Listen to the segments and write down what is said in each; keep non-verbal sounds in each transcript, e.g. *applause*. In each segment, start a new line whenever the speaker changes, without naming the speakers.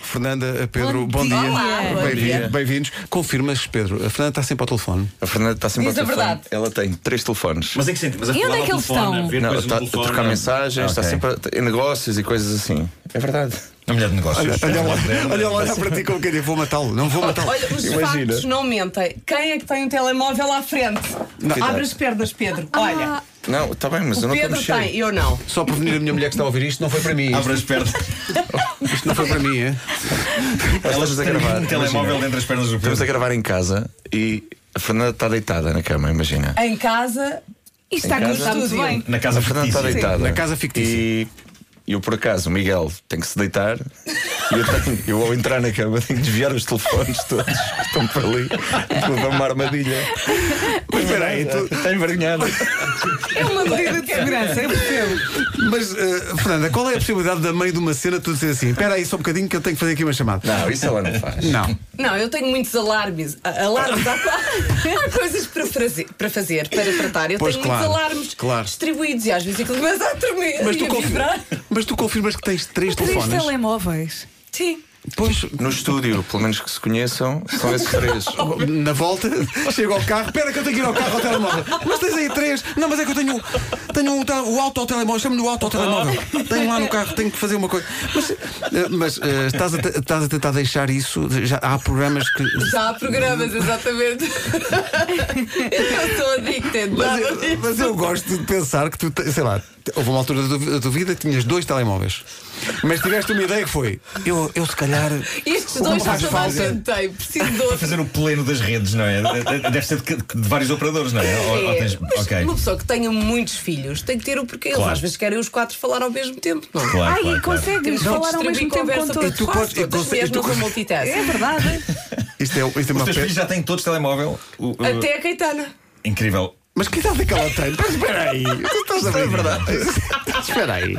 Fernanda, eh, Pedro, bom,
Bom
dia.
dia. Olá, bom
Bem-vindo-
dia.
Bem-vindos. Confirmas, Pedro, a Fernanda está sempre ao telefone.
A Fernanda está sempre
Diz
ao
a
telefone.
verdade.
Ela tem três telefones.
Mas é que sim, mas a
E onde
falar
é
ao
que eles
telefone,
estão?
A ver
não,
coisas
está a
no telefone, né?
trocar
não.
mensagens, está
ok.
sempre a- em negócios e coisas assim. É verdade.
A mulher de negócios.
Olha lá, olha lá olha para ti como quem diz, vou matá-lo, não vou matá-lo.
Olha, os
Imagina.
factos não mentem. Quem é que tem um telemóvel à frente? Abre as pernas, Pedro. Olha,
Não, está bem, Ah. mas eu
o
não estou a
Pedro
mexer.
tem, eu não.
Só prevenir a minha mulher que está a ouvir isto, não foi para mim.
Abre as *laughs* pernas.
Isto, isto não foi para mim, é?
Ela
estamos a
tem
gravar.
um telemóvel
Imagina.
entre as pernas do
Estamos a
Pedro.
gravar em casa e a Fernanda está deitada na cama, imagina.
Em casa,
Isto está com
casa?
tudo bem.
Na casa
A Fernanda está
fictícia.
deitada.
Na casa fictícia.
E eu, por acaso, o Miguel tem que se deitar. E eu, tenho, eu, ao entrar na cama, tenho que desviar os telefones todos que estão por ali. Vou dar uma armadilha. Mas espera aí, tu estás envergonhado.
é
*laughs*
uma medida de segurança, eu percebo.
Mas, eh, Fernanda, qual é a possibilidade da meio de uma cena tu dizer assim? Espera aí só um bocadinho que eu tenho que fazer aqui uma chamada.
Não, isso ela não faz.
Não.
Não, eu tenho muitos alarmes. A- Alarmes, há, *laughs* há coisas para fazer, para fazer, para tratar. Eu
Pois,
tenho
claro,
muitos alarmes
claro.
distribuídos e às vezes aquilo começa a tremer
Mas
e
tu,
a
confir-
vibrar.
Mas tu confirmas que tens três
Três
telefones.
telemóveis.
Sim.
Pois,
No estúdio, pelo menos que se conheçam, são esses três.
na volta, chego ao carro, espera que eu tenho que ir ao carro ao telemóvel. Mas tens aí três. Não, mas é que eu tenho, tenho um, tel- o auto ao telemóvel, chama-me do auto ao telemóvel. Tenho lá no carro, tenho que fazer uma coisa. Mas, eh, mas, eh, estás, a, te- estás a tentar deixar isso? Já há programas que.
Já há programas,
*laughs*
exatamente. eu sou addicted.
Mas
nada
eu,
disso.
mas eu gosto de pensar que tu, te- sei lá, te- houve uma altura da tu- da tua vida que tinhas dois telemóveis. Mas tiveste uma ideia que foi: eu, eu se calhar.
Estes
o que
dois
me
já
faz
toda a
falta-
gente tem. Preciso de
Para
outro.
fazer o pleno das redes, não é? Deve ser de, de vários operadores, não é? Ou- ou
É,
tens-
mas
ok.
uma pessoa que tenha muitos filhos tem que ter o porquê. Eles
Claro.
às vezes querem os quatro falar ao mesmo tempo, não? é?
Claro,
Ai,
claro,
e
claro.
consegues
Não
falar ao
distribuir
mesmo tempo com
conversa
todos.
para
tu
quase
podes- e
todas.
conse- e
Mulheres
tu
não são
conse-
multitask.
É verdade.
Isto é, isto é
Os
uma
teus
pe-
filhos já têm todos telemóvel. O- o-
Até a Caetana.
Incrível.
Mas que idade é que ela tem? Mas espera aí. Tu estás a ver verdade. Espera aí.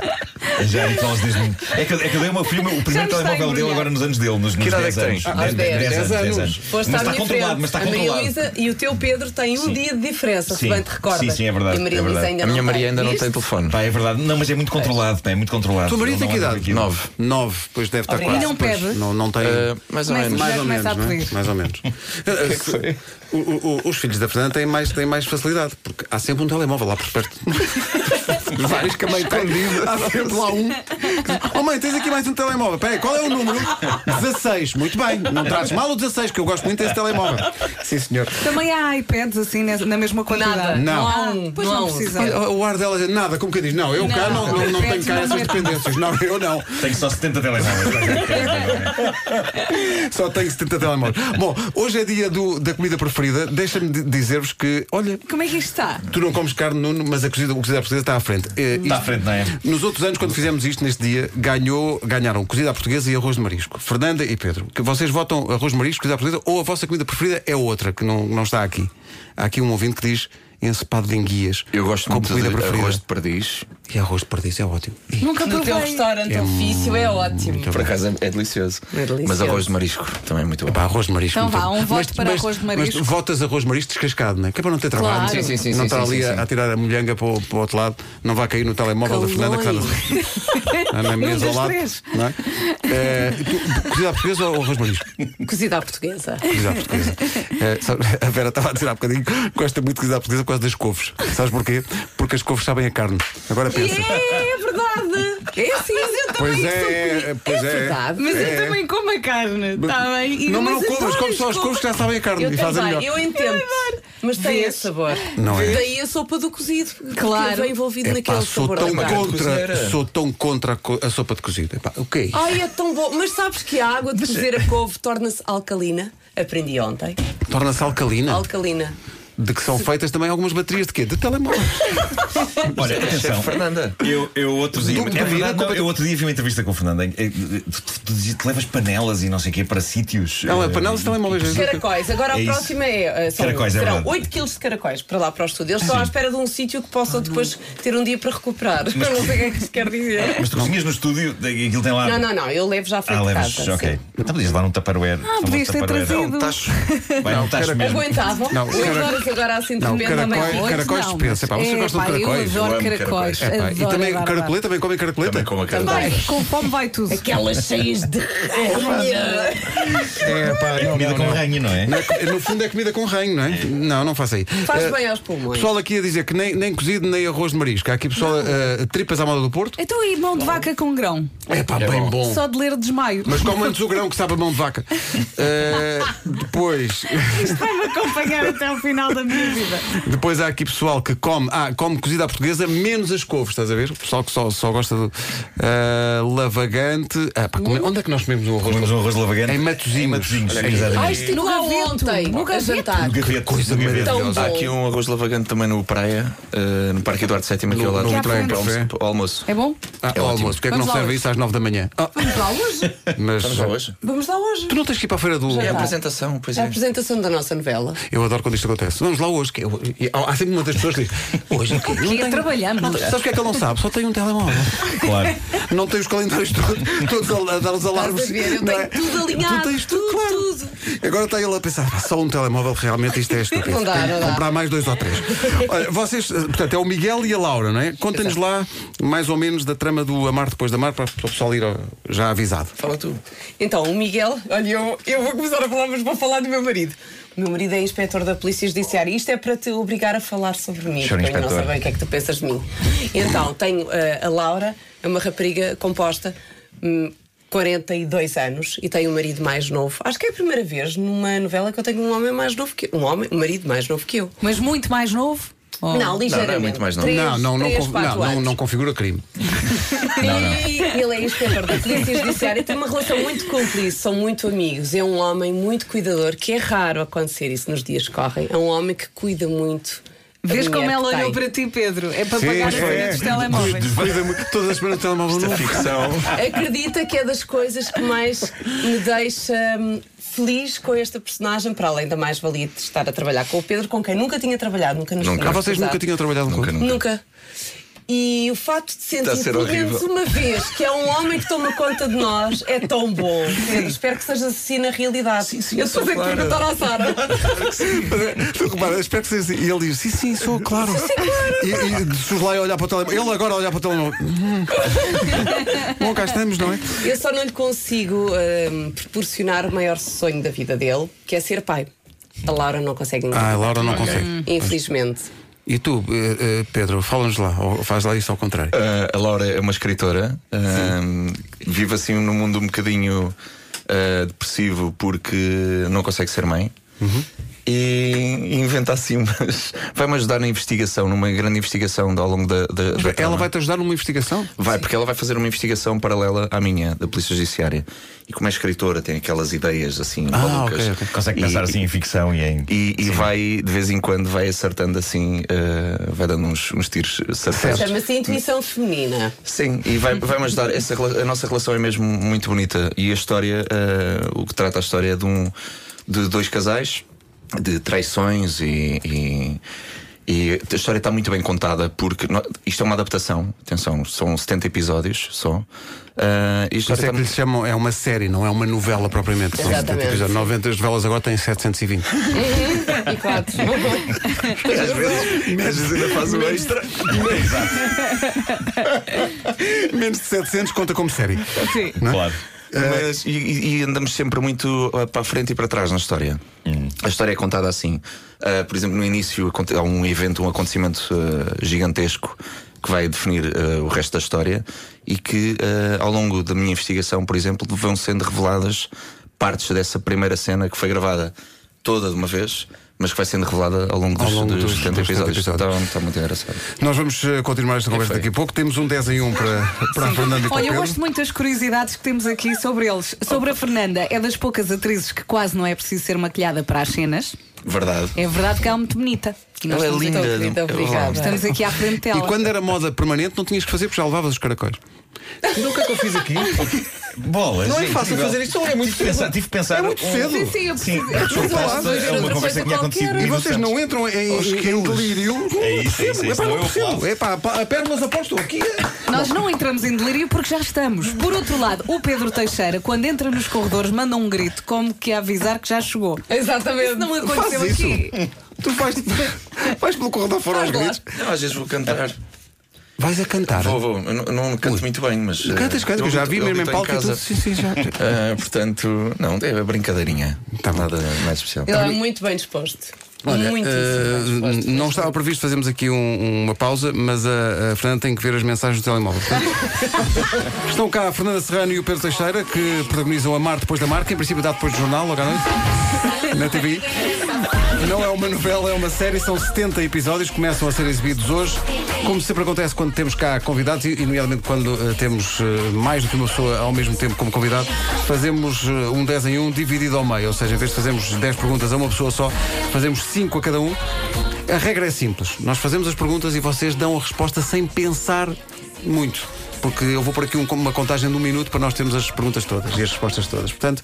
Já é que nós desde. É que, eu- é que eu dei ao meu filho o
Já
primeiro
me está Ah,
telemóvel dele
embrulhado.
agora nos anos dele, nos, nos
idade
10
é que
anos.
tens?
Aos 10.
10 anos.
10
10 anos. Mas
Foste à
está
minha
controlado,
frente.
mas está
a Maria
controlado.
Luísa e o teu Pedro têm um dia de diferença,
Sim.
se bem te recordas.
Sim, sim, é verdade,
E a Maria
é
Luísa
verdade.
ainda
A minha
não
Maria
tem.
ainda não tem
Viste?
telefone.
Pá, é verdade. Não, mas é muito controlado, pá, é muito controlado.
O teu marido
Ele
tem
não
que
anda por
idade?
aqui.
Nove.
Nove, pois deve estar
Obrigada.
quase.
E não
pois,
pede?
não, não tem.
Ah, mais ou
Mas
menos.
já
mais ou menos,
começa a
não é?
pedir.
mais ou
*laughs*
menos. O- o- o- os filhos da Fernanda têm mais, têm mais facilidade, porque há sempre um telemóvel lá por perto. Vários que a mãe tem. Há sempre lá um. Oh mãe, tens aqui mais um telemóvel. Peraí, qual é o número? 16. Muito bem. Não trazes mal o 16, que eu gosto muito desse telemóvel. Sim, senhor.
Também há iPads assim na na mesma quantidade.
Nada.
Não.
Não há
Ah,
um.
Pois
há
não
um.
precisam.
Olha, O ar dela diz, nada, como que diz? Não, eu cá não,
Não,
não, não tenho cá
não
essas
é.
dependências. Não, eu não.
Tenho só
*laughs*
70 telemóveis.
Só tenho 70 telemóveis. Bom, hoje é dia do- da comida preferida. Deixa-me di- dizer-vos que, olha,
Como é que isto está?
tu não comes carne, Nuno, mas a cozida, o cozida à portuguesa está à frente. Eh, isto-
Está à frente, não é?
Nos outros anos, quando fizemos isto neste dia, ganhou, ganharam cozida à portuguesa e arroz de marisco. Fernanda e Pedro, que vocês votam arroz de marisco, cozida à portuguesa, ou a vossa comida preferida é outra, que não, não está aqui. Há aqui um ouvinte que diz encepado de enguias.
Eu gosto
como
muito
comida
de
preferida.
arroz de perdiz.
E arroz de perdiz é ótimo. E-
Nunca
No teu
provei.
restaurante ofício é ótimo.
Por acaso é, é delicioso.
delicioso.
Mas arroz de marisco também é muito bom.
Pá, arroz de marisco.
Então
muito
vá,
bom.
um voto para arroz de marisco.
Mas votas arroz de marisco descascado, não é? Que é para não ter trabalho.
Claro. Sim,
sim, sim,
não
sim,
estar
sim,
ali
sim,
a,
sim.
a tirar a molhanga para o, para o outro lado, não vai cair no telemóvel da Fernanda que está na, na é mesa
*laughs* Um,
ao
dois,
lado.
três.
Não é? Eh, tu- cozida à portuguesa ou arroz de marisco?
Cozida à portuguesa.
Cozida à portuguesa. Eh, sabe, a Vera estava a dizer há bocadinho que gosta muito de cozida à portuguesa por causa das couves. Sabes porquê? Porque as couves sabem a carne. Agora pensa.
É, é verdade. É sim, mas eu também
Pois
sou
é,
comi-
pois é.
verdade.
Mas
É.
eu também como a carne, está tá bem? E-
Não, mas não
mas então
couves,
adoro
como só as couves que já sabem a carne e
Eu
fazem
também,
melhor.
eu entendo. Mas tem
Vês?
esse sabor.
Não é?
Daí a sopa do cozido.
Claro.
Que vem envolvido
Epá,
naquele
sou
sabor.
tão
da carne.
contra,
Cozinheira.
sou tão contra a, co- a sopa de cozida. Epá, o que é isto?
Ai, é tão bom. Mas sabes que a água de cozer a couve torna-se alcalina? Aprendi ontem.
Torna-se alcalina.
Alcalina.
De que são feitas também algumas baterias de quê? De telemóveis.
Olha,
Chefe
atenção.
Fernanda.
Eu, eu, outro dia,
Do- do-
é verdade,
do-
não, eu outro dia vi uma entrevista com o Fernando. em que, eh, Tu, tu- tu diz- tu levas panelas e não sei o quê para sítios.
Não, é
eh,
panelas de telemóveis.
Caracóis. Agora
É
a
isso.
próxima é. eh, são-
Caracóis, é
serão
verdade.
8 quilos de caracóis para lá para o estúdio. Eles estão à espera de um sítio que possam depois ter um dia para recuperar. *laughs* Eu não sei o que é que isto quer dizer.
Mas tu cozinhas no estúdio eh, e aquilo tem lá.
Não, não, não. Eu levo já à frente
Ah,
de
levas.
casa.
ok.
sim.
Então podias lá num Tupperware. Ah,
podias ter trazido.
Tacho.
Vai, não,
É um Não,
estás
cara-
mesmo.
Aguentavam.
Não,
Oito
cara-
horas a agora assim de
Não,
repente também.
caracóis-
Hoje
caracóis
não,
dispensa, pá, vocês
É,
gostam de
pá,
caracóis?
Eu
Eu
adoro
amo
caracóis.
caracóis.
Epá, e
adoro,
também
adoro,
caracolê, também comem caracolê?
Também como a cara.
adoro. Vai, com fome vai tudo.
Aquelas cheias de ranha.
É, pá,
É
não,
comida
não,
com
não.
ranho, não é?
Não é co- No fundo é comida com ranho, não é? Não, não faça aí.
Faz
Eh,
bem aos pulmões.
Pessoal aqui a dizer que nem, nem cozido nem arroz de marisco. Há aqui pessoal eh, tripas à moda do Porto.
Então e mão de vaca com grão?
É pá, bem bom.
Só de ler desmaio.
Mas como antes o grão que sabe a mão de vaca. Eh, depois,
Isto vai-me acompanhar até ao final da minha vida.
depois há aqui pessoal que come, ah, come cozida à portuguesa, menos as couves, estás a ver? Pessoal que só, só gosta do eh, lavagante. Ah, pá, come- onde é que nós comemos o arroz?
Comemos um arroz de lavagante.
Em Matosinhos.
Em Matosinhos,
Olha,
exatamente. Um
Ai, estive lá
Nunca vi
ontem,
tu.
nunca
Nunca vi
jantar.
Nunca vi a
Coisa
nunca vi a-
maravilhosa.
Há
Bom.
aqui um arroz lavagante também no Praia, eh, no Parque Eduardo VII, aqui
No-
ao lado.
no
Que à frente.
Para almoço- para o almoço.
É bom?
Ah, ó, almoço, porque é que não
Vamos lá
serve
hoje.
isso às 9 da manhã? Ah,
Vamos lá hoje?
mas
Vamos lá hoje?
Vamos lá hoje.
tu não tens que ir para a feira do.
É a
lá.
apresentação, pois
É a
é.
apresentação da nossa novela.
Eu adoro quando isto acontece. Vamos lá hoje. Que eu- e há há sempre uma das pessoas que diz: Hoje aqui.
quê? Trabalhamos.
Sabes o que é que ele não sabe? Só tem um telemóvel.
Claro.
Não tem os calendários *laughs* todos, todos a, a dar os alarmes.
Estás a ver? Eu
não
tenho
é?
tudo alinhado,
Tu tens tudo,
tudo,
claro.
tudo.
Agora está ele a pensar: "Pá, só um telemóvel, realmente isto é
*laughs*
estúpido.
Não dá,
Tem que
não dá.
comprar mais dois ou três. Olha, vocês, eh, portanto, é o Miguel e a Laura, não é? Contem-nos lá mais ou menos da trama do Amar Depois da Mar para o pessoal ir ó, já avisado.
Fala tu.
Então, o Miguel, olha, eu, eu vou começar a falar, mas vou falar do meu marido. O meu marido é inspetor da Polícia Judiciária. Isto é para te obrigar a falar sobre mim,
Senhor
porque eu não
inspetor.
sei bem o que é que tu pensas de mim. Então, tenho eh, a Laura, é uma rapariga composta. hum, 42 anos e tenho um marido mais novo. Acho que é a primeira vez numa novela que eu tenho um homem mais novo que eu. Um homem, um marido mais novo que eu.
Mas muito mais novo? Oh. Ou-
Não, ligeiramente.
muito mais novo.
Três-
não, não, não,
três,
con-
quatro
não, não,
anos.
não configura crime.
E ele é inspetor da Polícia Judiciária e tem uma relação muito cúmplice, são muito amigos. É um homem muito cuidador, que é raro acontecer isso nos dias que correm. É um homem que cuida muito. da
Vês
mulher
como
que
ela
tem.
olhou para ti, Pedro? É para pagar as folha dos telemóveis.
Cuida muito. Todas as semanas o telemóvel
é
novo.
Ficção.
Acredita que é das coisas que mais me deixa hum, feliz com esta personagem, para além da mais-valia de estar a trabalhar com o Pedro, com quem nunca tinha trabalhado, nunca nos
Nunca.
Ah,
tínhamos
vocês nunca
cruzado.
tinham trabalhado com
Nunca,
ele?
nunca.
Nunca. E o facto de
Está a
sentir
ser
pelo menos
horrível.
uma vez que é um homem que toma conta de nós é tão bom. Pedro, espero que seja assim na realidade.
Sim, sim,
eu estou a ter que
claro.
perguntar à Sara.
Tu repara, espero que seja assim. E ele diz: Sim, sim, sou, claro. E, e Suslai a olhar para o telemóvel. Ele agora a olhar para o telemóvel. Hum. Bom, cá estamos, não é?
Eu só não lhe consigo hum, proporcionar o maior sonho da vida dele, que é ser pai. A Laura não consegue
Ah,
nunca.
a Laura não consegue.
Infelizmente.
E tu, eh, eh, Pedro, fala-nos lá, ou faz lá isso ao contrário.
Ah, a Laura é uma escritora, ah, vive assim num mundo um bocadinho ah, depressivo porque não consegue ser mãe.
Uhum.
E inventa assim, mas *laughs* vai-me ajudar na investigação, numa grande investigação ao longo da. da- da
Ela
trama.
vai-te ajudar numa investigação?
Vai, porque ela vai fazer uma investigação paralela à minha, da Polícia Judiciária. E como é escritora, tem aquelas ideias assim
Ah,
malucas.
ok, ok.
Consegue
E-
pensar assim em ficção e em.
E, e vai, de vez em quando, vai acertando assim, eh, vai dando uns, uns tiros certeiros.
Chama-se intuição
Hum.
feminina.
Sim, e vai- vai-me ajudar. Essa, rela- a nossa relação é mesmo muito bonita. E a história, eh, o que trata a história é de, um, de dois casais, de traições e. e e a história está muito bem contada porque no- isto é uma adaptação, atenção, são 70 episódios só. Eh, e a
Por
história
isso é
está
que lhe chamam, é uma série, não é uma novela propriamente. São
Exatamente.
70 episódios. 90 novelas agora têm *laughs* 720.
E claro.
às vezes, *laughs* às vezes ainda faz o extra.
Menos de 700 conta como série.
Sim.
Claro.
É,
É,
Mas, e- e, e andamos sempre muito ah, para a frente e para trás na história.
Hum.
A história é contada assim. Ah, por exemplo, no início aconte- há um evento, um acontecimento ah, gigantesco que vai definir ah, o resto da história e que ah, ao longo da minha investigação, por exemplo, vão sendo reveladas partes dessa primeira cena que foi gravada toda de uma vez. Mas que vai sendo revelada ao longo
Ao
dos,
longo
dos
dos- dos 70
70 episódios. Está
episódios.
está muito engraçado.
Nós vamos eh, continuar esta conversa
foi.
daqui a pouco. Temos um 10 em 1 para, para a Fernanda e para o
Olha, eu
Pedro.
gosto muito das curiosidades que temos aqui sobre eles. Sobre a Fernanda, é das poucas atrizes que quase não é preciso ser maquilhada para as cenas.
Verdade.
É verdade que ela é muito bonita. E nós
Ela é
estamos
linda.
Aqui,
Muito obrigada.
estamos aqui à frente dela.
E quando era moda permanente, não tinhas que fazer porque já levavas os caracóis.
Nunca Então que eu fiz aqui. Bolas.
Não é
gente,
fácil
incrível.
fazer isto, não é muito
Tive que pensar- Tive que pensar.
É muito
um-
cedo.
Sim, sim, eu
Sim,
preciso. eu preciso lá.
desculpa, é uma conversa que tinha acontecido.
E
comigo
vocês
antes.
não entram em,
Aos
em, em
quilos.
delírio?
É isso, é isso, é
É
isso,
pá,
não
não
é o
percebo.
aplauso.
É pá, pá, a pérolas aposto aqui. é-
Nós não entramos em delírio porque já estamos. Por outro lado, o Pedro Teixeira, quando entra nos corredores, manda um grito, como que a avisar que já chegou.
Exatamente.
Isso não aconteceu
Faz isso.
aqui.
*laughs* Tu vais, vais pelo corredor fora aos gritos.
Não, às vezes vou
É
cantar.
Vais a cantar.
Vou, vou. Eu não, não canto muito bem, mas. eh,
Cantas, cantas, que eu já vi
eu
mesmo em
habito
palco e
casa.
tudo. Sim, sim, já.
Ah, portanto, não, é brincadeirinha.
Tá bom.
Nada mais especial.
Ele é muito bem disposto.
Olha,
muito
eh,
bem disposto.
não estava previsto fazermos aqui um- uma pausa, mas a, a Fernanda tem que ver as mensagens do telemóvel. portanto. Estão cá a Fernanda Serrano e o Pedro Teixeira, que protagonizam a Mar depois da marca, em princípio dá depois do jornal, logo à noite, na TV. Não é uma novela, é uma série, são 70 episódios, começam a ser exibidos hoje. Como sempre acontece quando temos cá convidados, e, e nomeadamente quando eh, temos eh, mais do que uma pessoa ao mesmo tempo como convidado, fazemos eh, um 10 em 1 dividido ao meio, ou seja, em vez de fazermos 10 perguntas a uma pessoa só, fazemos 5 a cada um. A regra é simples: nós fazemos as perguntas e vocês dão a resposta sem pensar muito. Porque eu vou por aqui um- uma contagem de um minuto para nós termos as perguntas todas e as respostas todas. Portanto,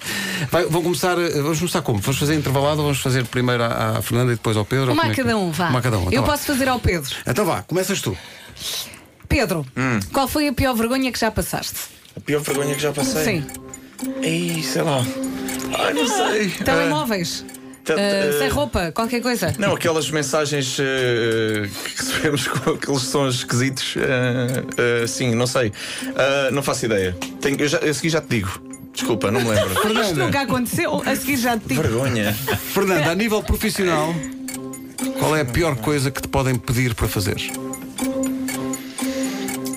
vai- vão começar, eh, vamos começar como? Vamos fazer intervalado ou vamos fazer primeiro à, à Fernanda e depois ao Pedro? Ou
Uma
como
a
é que-
cada um, vá.
Uma a cada um.
Eu
então,
posso fazer ao Pedro.
Vá. Então vá, começas tu.
Pedro, qual foi a pior vergonha que já passaste?
A pior vergonha que já passei.
Sim.
Ei, sei lá. Ai, não sei.
Eh, Telemóveis.
Ah, te-
Ah,
eh,
sem roupa, qualquer coisa.
Não, aquelas mensagens eh, que recebemos *laughs* com aqueles sons esquisitos. eh, eh, sim, não sei. Ah, não faço ideia. Tenho- eu já- a seguir já te digo. Desculpa, não me lembro.
*laughs* Isto nunca aconteceu. A seguir já te digo.
Vergonha.
Fernanda, a nível profissional, qual é a pior coisa que te podem pedir para fazer?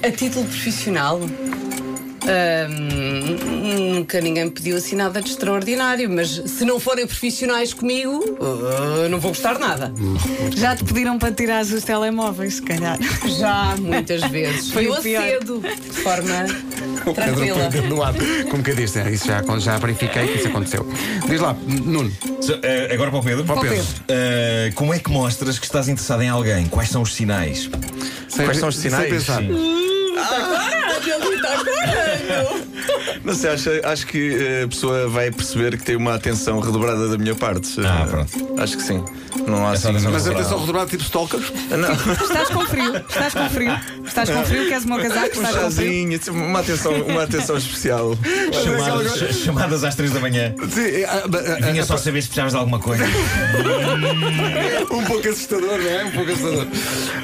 A título profissional, hum, nunca ninguém me pediu assim nada de extraordinário, mas se não forem profissionais comigo, uh, não vou gostar nada.
Já te pediram para tirares os telemóveis, se calhar.
Já, *laughs* muitas vezes.
Foi
e eu
o pior.
acedo, de forma tranquila.
no ar. Como que disse? é, Isso já, acon- já verifiquei que isso aconteceu. Diz lá, Nuno.
So, eh, agora para o Pedro.
Para o Pedro.
Eh, como é que mostras que estás interessado em alguém? Quais são os sinais?
sem-
Quais são os sinais?
Sem pensar.
Sim.
Não sei, acho, acho que eh, a pessoa vai perceber que tem uma atenção redobrada da minha parte.
Ah,
Eh,
pronto.
Acho que sim. Não há assim.
só atenção
Mas
Bravo.
atenção redobrada, tipo stalkers.
Estás com frio, estás com frio. Estás com frio, queres o meu casaco,
Um
estás com frio.
chazinho, tipo, uma atenção, uma atenção
*laughs*
especial.
Chamadas, *laughs* chamadas às três da manhã.
é,
Sim, ah, ah, ah,
Vinha só saber se precisavas de alguma coisa.
Um pouco assustador, não é? Um pouco assustador.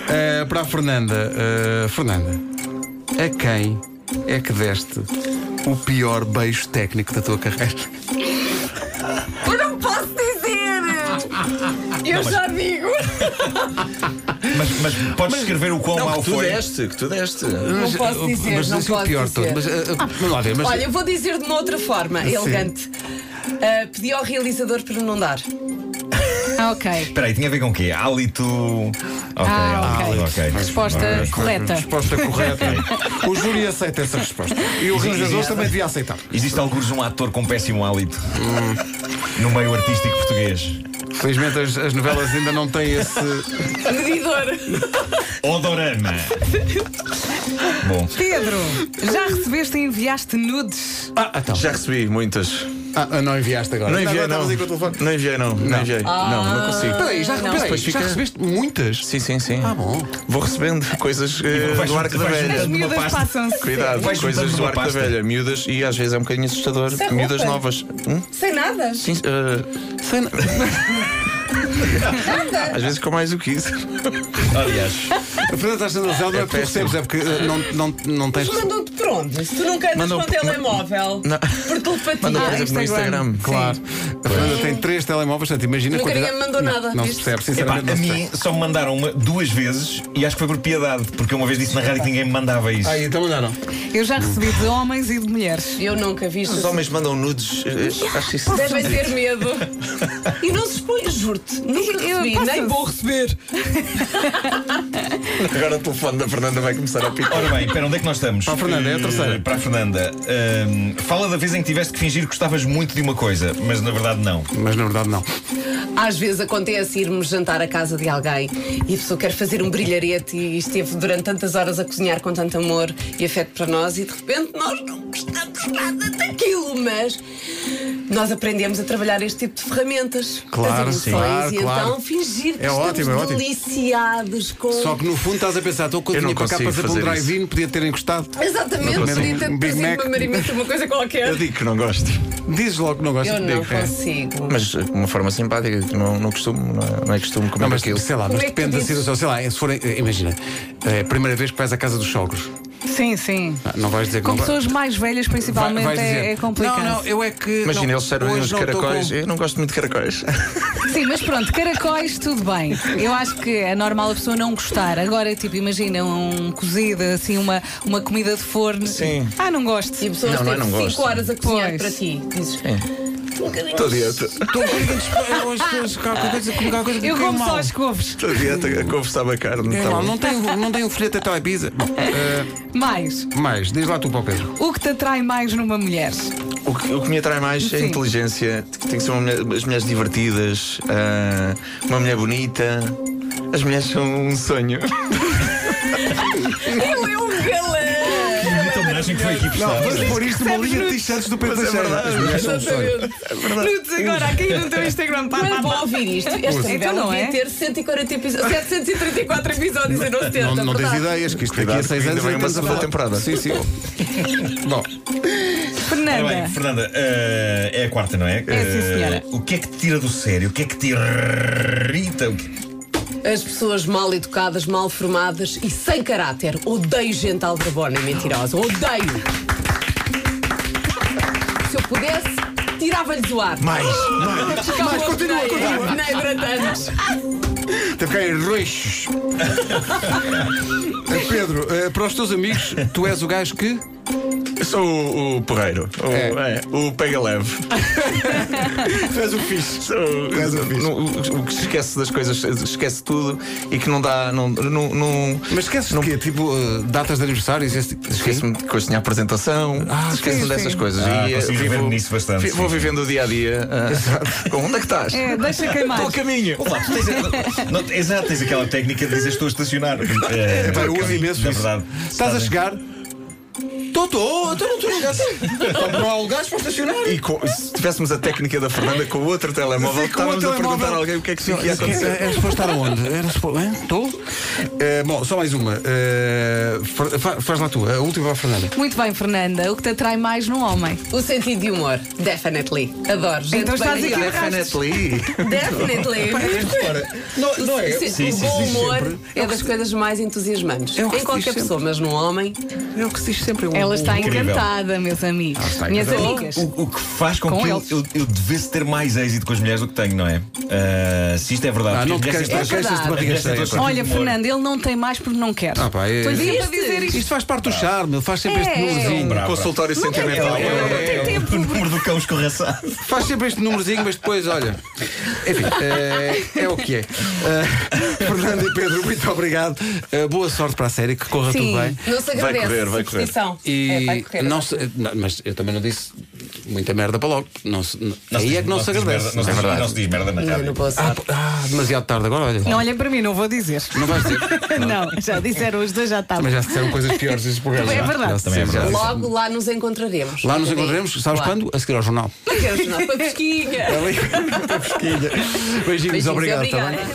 Eh, para a Fernanda. eh, Fernanda, a quem é que deste o pior beijo técnico da tua carreira?
Eu não posso dizer! Eu já digo!
Mas, mas podes escrever o quão
Não, é-
mau
que tu
foi.
deste, que tu deste.
Mas,
posso
eh,
dizer,
mas
não
assim, o
posso
pior
dizer. Ah,
todo. Mas, eh, eh, vamos lá ver, mas.
Olha, eu vou dizer de uma outra forma, elegante. Ah, pedi ao realizador para não dar.
Ah, ok.
Espera aí, tinha a ver com o quê? Hálito. Ok,
Ah,
hálito,
ok. Resposta correta.
Resposta
*laughs*
correta. o júri aceita essa resposta. E o
Existe-
realizador
existe-
também devia aceitar.
Existe alguns um ator com péssimo hálito no meio artístico português.
Felizmente as, as novelas ainda não têm esse.
Medidor!
Odorama. Bom,
Pedro, já recebeste e enviaste nudes?
Ah, então.
Já recebi muitas.
Ah, ah, não enviaste agora.
Não enviei,
agora
não.
estavas aí com o telefone.
Não enviei, não. Não enviei. Não, não consigo.
Peraí, já, peraí,
Depois
já
fica-
recebeste muitas?
Sim, sim, sim.
Ah, bom.
Vou recebendo coisas eh,
vais-
do Arco da
vais-
As
Velha.
Uma
miúdas
pasta.
passam-se.
Cuidado,
Vais
coisas
juntando
do
uma
Arco da
pasta.
Velha. Miúdas e às vezes é um bocadinho assustador.
Sem
Miúdas
roupa.
novas. Hum?
Sem nada!
Sim, eh,
Sem-
às vezes com mais do que isso.
aliás,
A Fernanda está analisada não é porque tu
péssimo.
recebes, é porque eh, não, não, não tens.
Mas Mandam-te por onde? Se tu nunca andas
Mandam
com o
por-
telemóvel,
Não.
por
Manda, por
telepatia.
exemplo, no Instagram.
Claro. A Fernanda tem três telemóveis, portanto, imagina
Nunca
a quantidade-
ninguém me mandou
Não,
nada,
Não se
viste?
percebe,
epá,
sinceramente.
a
não se
mim só me mandaram uma, duas vezes e acho que foi por piedade, porque eu uma vez disse na rádio que ninguém me mandava isso.
percebe. Aí, então mandaram.
Eu já recebi de homens e de mulheres.
Eu nunca vi isto.
Os homens mandam nudes. eh, Acho isso.
Devem ter medo. E não se expõe, juro-te. Nunca
Eu- eu
recebi,
posso-
nem vou receber.
Agora o telefone da Fernanda vai começar a picar.
Ora bem, espera, onde é que nós estamos?
Para a Fernanda, é a terceira.
Eh, Para a Fernanda, Ahm, fala da vez em que tiveste que fingir que gostavas muito de uma coisa, mas na verdade não.
Mas na verdade, não.
Às vezes acontece irmos jantar à casa de alguém e a pessoa quer fazer um brilharete e esteve durante tantas horas a cozinhar com tanto amor e afeto para nós e de repente nós não gostamos nada daquilo, mas nós aprendemos a trabalhar este tipo de ferramentas, as
Claro,
emoções
sim. Claro,
e
claro.
então fingir que
É
estamos
ótimo, é ótimo.
deliciados com
Só que no fundo estás a pensar, estou com a
Eu não
dinheiro para cá para fazer
consigo
um
fazer
drive-in, podia ter encostado.
Exatamente,
consigo.
podia ter
Um Big
trazido
Mac.
uma marimita, uma coisa
Eu
qualquer.
digo que não gosto.
Dizes logo que não gostas
Eu
de
não
negro. é.
consigo.
Mas eh, de uma forma simpática, que não, não costumo, não é, não é costume comer
Não, mas
aquilo.
sei lá,
Como
mas
é que tu
depende da
dizes?
situação. Sei lá, se for, eh, imagina, é a primeira vez que vais à casa dos sogros.
Sim, sim.
Ah, Não vais dizer que
Com
não vai-
pessoas mais velhas,
vai-
principalmente,
vais
é-
dizer,
é complicado.
Não, não, eu é que.
Imagina,
não,
eles servem
hoje
uns
não tô
caracóis.
com-
Eu não gosto muito de caracóis. *laughs*
Sim, mas pronto, caracóis, tudo bem. Eu acho que é normal a pessoa não gostar. Agora, tipo, imagina um cozido, assim, uma, uma comida de forno.
Sim.
Ah, não gosto.
E pessoas
Não, não é,
têm
não
5
gosto.
horas a cozinhar
Pois.
para ti. Dizes, um bocadinho.
Estou dieta.
Estou com ninguém de- hoje hoje qualquer coisa, comi qualquer coisa que
Eu
caiu
como
mal.
só as couves.
Estou dieta, a couve sabe a carne.
Caiu
tá
mal.
bom.
Não tenho, não tenho o folheto até à Ibiza. Bom, eh,
Mais,
mais, diz lá tu para o Pedro.
o que te atrai mais numa mulher?
O que, o que me atrai mais é a
Sim.
inteligência. Tem que ser uma mulher, as mulheres divertidas, ah, uma mulher bonita. As mulheres são um sonho.
Ele é um galã!
Que bonita homenagem que foi aqui prestada.
pôr isto numa linha de
recebes
t-shirts do Pedro
Mas é
Teixeira.
verdade.
As mulheres são um sonho.
Nudes agora aqui no teu Instagram. Pá,
Não vou ouvir isto. Esta
Então
novela
não
devia
é?
ter 140 episódios, 734 episódios e não 70.
Não,
Então,
não tens
verdade.
ideias, que isto daqui a
Cuidado,
seis
que ainda
anos
vem
ainda
uma
estamos a falar.
segunda temporada.
Sim, sim. Bom,
Ora
Fernanda.
bem, Fernanda, eh, é a quarta, não é?
É, sim, senhora.
Eh, o que é que te tira do sério? O que é que te irrita? O que-
As pessoas mal educadas, mal formadas e sem caráter. Odeio gente aldrabona e mentirosa. Odeio! Se eu pudesse, tirava-lhes o ar.
Mais, mais.
Mas continua, continua. Nem é, durante anos.
até ficarem
*laughs*
roxos. Eh, Pedro, eh, para os teus amigos, tu és o gajo que.
Eu sou o, o porreiro. O,
É.
é, o pega *laughs* leve.
Tu és o fixe.
Sou-
és o fixe.
não- o, o que se esquece das coisas, esquece tudo e que não dá. Não, não, não-
Mas esqueces de quê? Tipo, eh, datas de aniversários? Esse... tipo de-
Esqueço-me de coisas tinha apresentação,
Ah,
esqueço-me
sim,
dessas
sim.
coisas.
Ah,
eh,
consigo ver-me nisso bastante,
vi- Vou
sim.
vivendo o dia a dia. ah, *laughs* com onde é que estás?
É, deixa queimar.
Estou a caminho.
Ouve lá, tu tens, eh, não, exato, tens aquela técnica de dizer estou a estacionar.
*laughs*
Eh,
É, Pá, eu
porque,
uso imenso
Na
isso.
verdade.
Estás a
sabem.
chegar. Tô, tô, então não estou a chegar. Só que não há lugares para estacionar.
E com- se tivéssemos a técnica da Fernanda com o outro telemóvel,
Sim, com o
estávamos a
telemóvel.
perguntar a alguém o que é que se ia acontecer.
Era suposto estar aonde? Era suposto. Hã? Estou? Eh, Bom, só mais uma. Eh, fa- fa- Faz lá tu, a última para a Fernanda.
Muito bem, Fernanda. O que te atrai mais num homem?
O sentido de humor. Definitely. Adoro. Gente
Então estás
bem
aqui
educada.
Definitely.
*laughs*
Definitely.
Não, é
Sim,
Sim,
o
sim,
bom
sim,
humor é das coisas mais entusiasmantes.
É o que
Em
se
qualquer
diz sempre.
pessoa, mas num homem.
É o que se diz sempre. é um-
Ela está
Incrível.
encantada, meus amigos.
está
Minhas
encantada.
amigas.
O, o que faz com,
Com
que eu,
eles.
eu, eu devesse ter mais êxito com as mulheres do que tenho, não é? Ah, se isto é verdade.
Ah,
porque
não
as
te queixas,
mulheres têm
não te queixas de
verdade.
barriga
As
cheia.
mulheres têm
pá.
Olha,
humor.
Fernanda, ele não tem mais porque não quer.
Ah, pá, é-
Estou-lhe sempre a
Este-
dizer isto.
Isto faz parte do charme, faz sempre este
É.
númerozinho.
Bravo.
Consultório sentimental.
tempo, não tem
É,
tempo.
o número do cão escorraçado.
Faz sempre este númerozinho, mas depois, olha. Enfim, eh, é o que é. Eh, Fernando e Pedro, muito obrigado. Eh, boa sorte para a série, que corra
Sim.
tudo bem.
Não se
Vai
agradece.
correr, vai correr.
superstição.
E
É, vai correr.
não se, não, mas eu também não disse muita merda para logo. Não se,
se
aí
diz-
é que não, se
diz merda-
agradece.
Não se
É
diz-
verdade.
não se diz merda na
Não,
rádio.
não posso.
Ah, ah, demasiado tarde agora, olha.
Não olhem para mim, não vou dizer.
Não vais dizer.
*laughs* Não, já disseram os dois, já tá está.
Mas já se disseram coisas piores estes programas.
Também é
não
verdade.
Já se
Também é
disseram, já se
Logo lá nos encontraremos.
disseram. Lá nos encontraremos, sabes
Claro.
quando? A seguir ao jornal. *laughs*
Para que é o jornal? Para pesquinha.
Ali, na pesquinha. Beijinhos,
Beijinhos,
obrigado. tá bem?
obrigada.